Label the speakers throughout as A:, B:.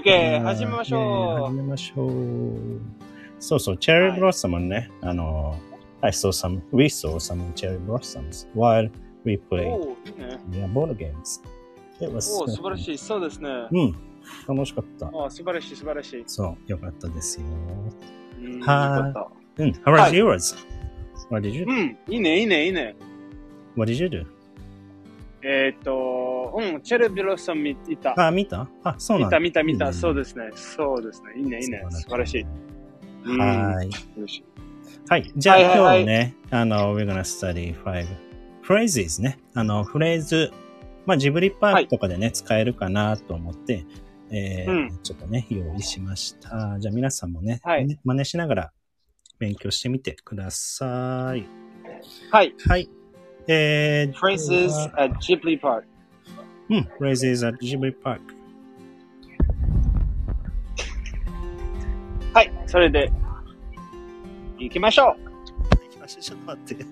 A: OK、始めまし
B: ね
A: ょ
B: 始
A: う。
B: めましょう。そうそう、チェリーブロッサムね。あの、I saw some, we saw some cherry blossoms while we
A: お
B: played
A: おー、いいね。
B: yeah, board games. It was
A: おお、素晴らしい。そうですね。
B: うん、楽しかった。
A: ああ、素晴らしい、素晴らしい。
B: そう、よかったですよ。
A: うん、
B: はい
A: よかった。
B: うん、how was
A: はい
B: yours? What did you,
A: うん、いいね、いいね、いいね。
B: what did you do?
A: えーっと、うん、チェルビロさん見いた。
B: あ、見たあ、そう
A: 見
B: なんだ
A: た、。見た、見た。
B: いいね
A: そうですね。そうですね。いいね、いいね。素晴らしい。うん
B: はい。
A: よし
B: はい。じゃあ、
A: はいはいはい
B: 今日ね、あの、we're gonna study five phrases ね。あの、フレーズ、まあ、ジブリパークとかでね、使えるかなと思って、えー
A: うん
B: ちょっとね、用意しました。じゃあ、皆さんもね、
A: はい
B: ね真似しながら勉強してみてください。
A: はい。
B: はい。えー、
A: Phrases
B: では
A: at Ghibli Park.
B: うん、phrases at Ghibli Park。
A: はい、それで、行きましょう。
B: ちょっと待って。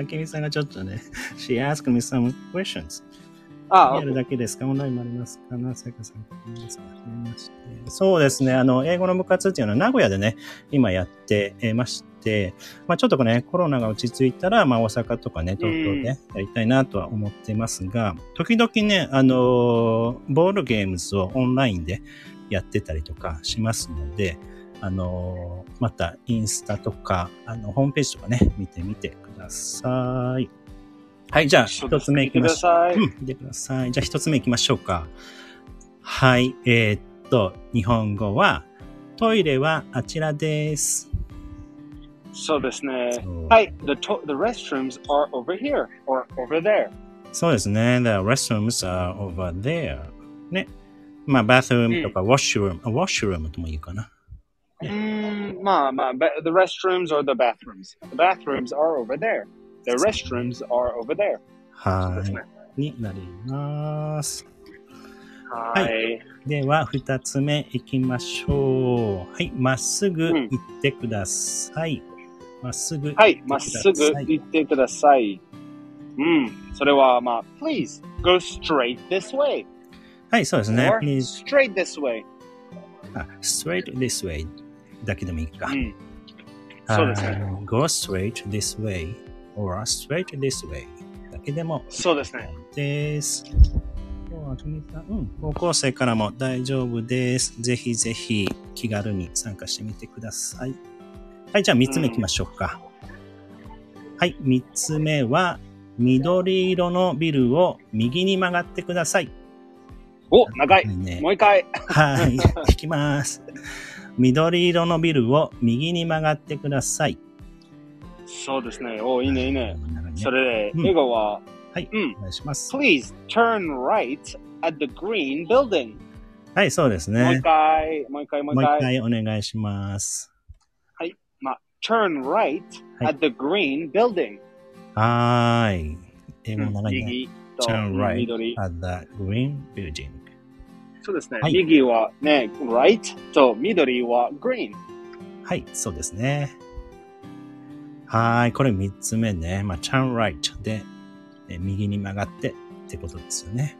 B: あけみさんがちょっとね、she asked me some questions.
A: ああ、
B: やるだけですかオンラインもありますかなさやかさん、確認ですか初めましてそうですね。あの、英語の部活っていうのは名古屋でね、今やってえーまして、まあちょっとこれね、コロナが落ち着いたら、まあ大阪とかね、東京でやりたいなとは思ってますが、時々ね、あのー、ボールゲームズをオンラインでやってたりとかしますので、あのー、またインスタとか、あの、ホームページとかね、見てみてください。はい、じゃあ、一つ目いき
A: 見てく
B: ましょ
A: だ
B: う。
A: さい。
B: うん、見てください。じゃあ一つ目いきましょうか。はい、えーっと、日本語は、トイレはあちらです。
A: そうですね。
B: そう
A: はい。The, to- the restrooms are over here or over there.
B: そうですね。The restrooms are over there. ね。まあ、bathroom とか washroom、あ washroom とも言うかな。
A: うーん、まあまあ、ba- Mm, the restrooms or the bathrooms. The bathrooms are over there. The restrooms are over there. そう
B: は
A: ですね。
B: い。になります。
A: はいい。
B: では、二つ目いきましょう。はい、まっすぐ
A: うん
B: 行ってください。まっすぐ行
A: は
B: って
A: い。
B: く
A: まっ
B: だ
A: す
B: さい。
A: ぐ行ってください。うん。それはまあ、please go straight this way.
B: はい、そうですね
A: Or。
B: Please
A: straight this way.
B: あ、straight this way だけでもいいか
A: う。ん。
B: あー
A: そうですね。
B: go straight this way or straight this way だけでも
A: そうですね。
B: です。今日は君さんうん、高校生からも大丈夫です。ぜひぜひ気軽に参加してみてください。はい、じゃあ3つ目いきましょうか。はい、3つ目は緑色のビルを右に曲がってください。
A: お、長い。
B: ね
A: もう一回。
B: はい、聞きます。緑色のビルを右に曲がってください。
A: そうですね。お、いいね、いいね。そ
B: それ、
A: れ
B: うん
A: で、英語は、
B: はい
A: うん。
B: お願いします。
A: Please turn right at the green building.
B: はい、そうです
A: もう一
B: ね。
A: 回、もう一回、も
B: も
A: う
B: う
A: 一
B: 一
A: 回。
B: 回お願いします。
A: まあ、turn right
B: はい
A: at the green building.
B: はーい。英語の中に、ね、
A: 右と
B: turn right
A: 緑。
B: at the green building。
A: そうですね。
B: はい
A: 右はね、right と緑は green。
B: はい、そうですね。はーい、これ3つ目ね。まあ、turn right で、え右に曲がってってことですよね。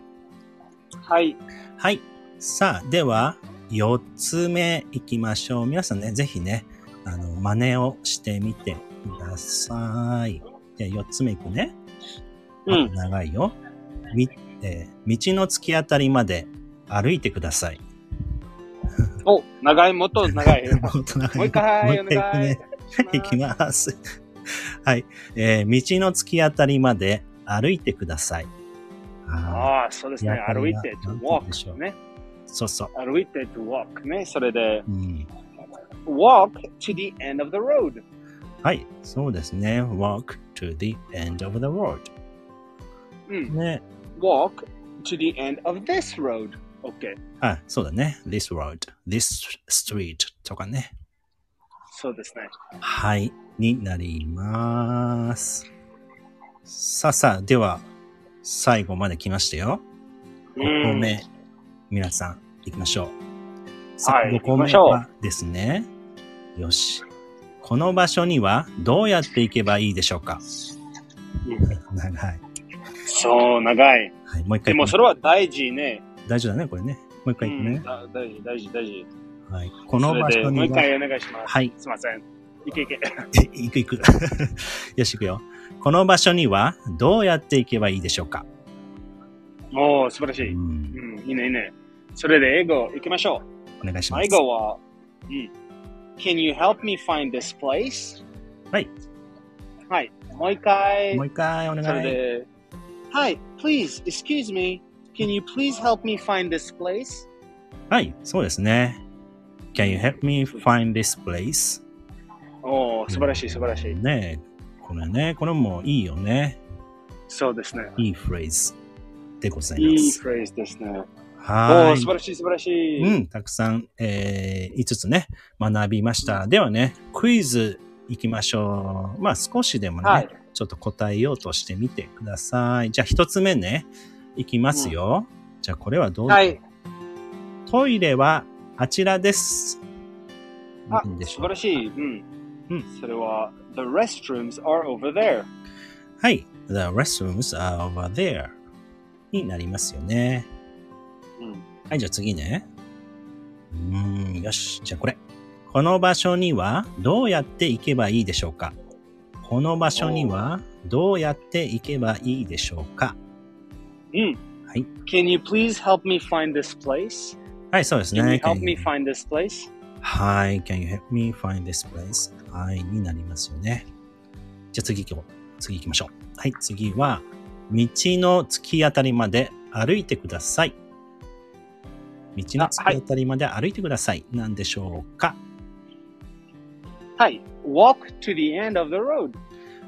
A: はい。
B: はい。さあ、では、4つ目いきましょう。皆さんね、ぜひね、あの、真似をしてみてください。じゃあ、4つ目いくね。
A: う
B: あ
A: ん。
B: 長いよ。み、えー道の突き当たりまで歩いてください。
A: お、長い、もっと長 い。も
B: 本当長いも
A: う一回、
B: う
A: お
B: 一回行く
A: 願い
B: ね。。いきます。 はい。えー道の突き当たりまで歩いてください。ああ、
A: ああ、そうですね。
B: やっぱ
A: 歩
B: り
A: い
B: な
A: て
B: な
A: to
B: んて言うんでしょ
A: walk
B: う
A: ね。
B: そうそう。
A: 歩いて to walk ね。それで、
B: うん、
A: walk to the end of the road。
B: はい。そうですね。walk to the end of the world.
A: うん。
B: ね。
A: Hmm. walk to the end of this road. OK。
B: あ、そうだね。this road, this street とかね。
A: そうですね。
B: はい、になります。さあさあ、では、最後まで来ましたよ。5個
A: Hmm.
B: 目、皆さん、行きましょう。さあ、
A: はい
B: 5個目はですね、よし。この場所にはどうやって行けばいいでしょうか長い。
A: そう、長い。
B: はい、もう一
A: で
B: 回。
A: もそれは大事ね。
B: 大丈夫だね、これね。もう一回
A: う
B: 言って
A: ん
B: ね。
A: だ大事、大事、大事。
B: はい。この場
A: それで
B: 所
A: もう
B: に
A: 一
B: は、
A: 回お願いします。
B: はい。
A: すいません。いけいけ。
B: 行く行く。 よし行くよ。この場所には、どうやって行けばいいでしょうか、
A: おー、素晴らし
B: う
A: い。
B: ん、
A: うん、いいね、いいね。それで英語行きましょ
B: お願いし
A: う。
B: ます。
A: 英語は、うん。Can you help me find this place?
B: はい。
A: はい。もう一回
B: もう。一回お願
A: それ
B: い。
A: で、Hi, please, excuse me. Can you please help me find this place?
B: はい、そうですね。Can you help me find this place?
A: おー、素晴らしい、素晴らしい。
B: ねえこれね、これもいいよね。
A: そうですね。
B: いいフレーズでござい
A: い
B: ま
A: い
B: す。
A: フレーズですね。お
B: は
A: ー、素
B: い
A: 晴。らしい、素晴らしい。
B: うん、たくさん、えー、5つね、学びました。ではね、クイズ行きましょう。まあ少しでもね、
A: はい。
B: ちょっと答えようとしてみてください。じゃあ一つ目ね、いきますよ。じゃあこれはどう、
A: はい。
B: トイレはあちらです。
A: あ
B: いいん、でし
A: 素
B: ょ
A: 晴
B: う
A: らしい。うん。
B: うん
A: それは、The restrooms are over there.
B: はい。The restrooms are over there になりますよね。
A: うん。
B: はい、じゃあ次ね。うーん、よし。じゃあこれ。この場所にはどうやって行けばいいでしょうかこの場所にはどうやって行けばいいでしょうか
A: うん。
B: はい。
A: Can you please help me find this place?
B: はい、そうですね。
A: Can you help me
B: Can you-
A: find this place?
B: はい。Can you help me find this place? はい。になりますよね。じゃあ次行こう。次行きましょう。はい。次は、道の突き当たりまで歩いてください。道の突き当たりまで歩いてください。何でしょうか
A: はい。Walk to the end of the road.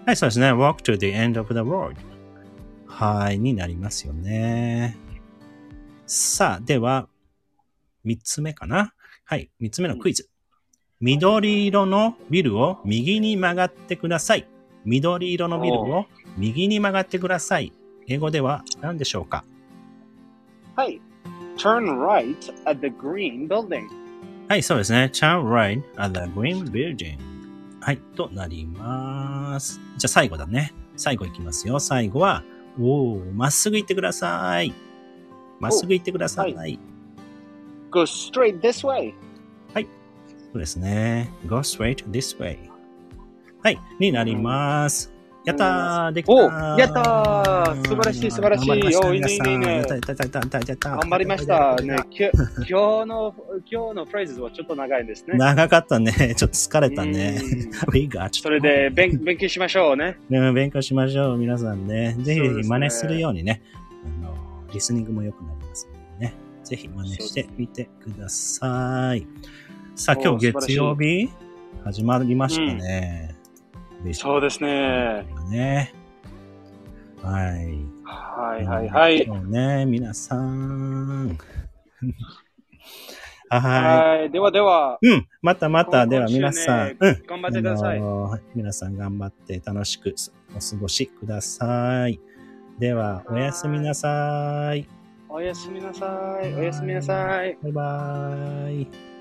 B: はい、そうですね。walk to the end of the world. はい。になりますよね。さあ、では、三つ目かな。はい。三つ目のクイズ。緑色のビルを右に曲がってください。緑色のビルを右に曲がってください。英語では何でしょうか
A: はい。Turn right at the green building.
B: はい、そうですね。turn right at the green building. はい、となります。じゃあ最後だね。最後いきますよ。最後は、おー、まっすぐ行ってください。まっすぐ行ってください。
A: お
B: は、
A: はい Go straight this way.
B: そうですね。go straight this way. はい、になります。やったーできた
A: おやったー素晴らしい素晴らしい
B: 頑張りまた
A: おいいねいいねいいね
B: 皆さんやったやったやったやったやった
A: 頑張りました。ね、きゅ今日の、今日のフレーズはちょっと長いですね。
B: 長かったね。ちょっと疲れたね。
A: うん
B: We got
A: それで勉勉強しましょうね。
B: ね、勉強しましょう、皆さんね。ぜひ
A: そう
B: ぜ
A: です
B: ひ
A: ね
B: 真似するようにね、あの、リスニングも良くなりますのでね、ぜひ真似してみてください。さあ、今
A: お
B: 日
A: ー素晴らし
B: 月
A: い
B: 曜日、始まりましたね。で
A: そうですね。
B: ね。はい。
A: はいはいはい。
B: 今日ね、皆さ ん。は
A: はい。ではでは、
B: い。うん、またまた、では
A: 今週ね
B: 皆さん、うん。
A: 頑張ってくださ
B: あ
A: い。
B: のー皆さん頑張って楽しくお過ごしください。では、おやすみなさい。
A: おやすみなさい。おやすみなさい。
B: バイバイ。